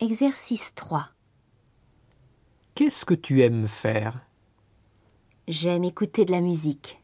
Exercice 3. Qu'est-ce que tu aimes faire J'aime écouter de la musique.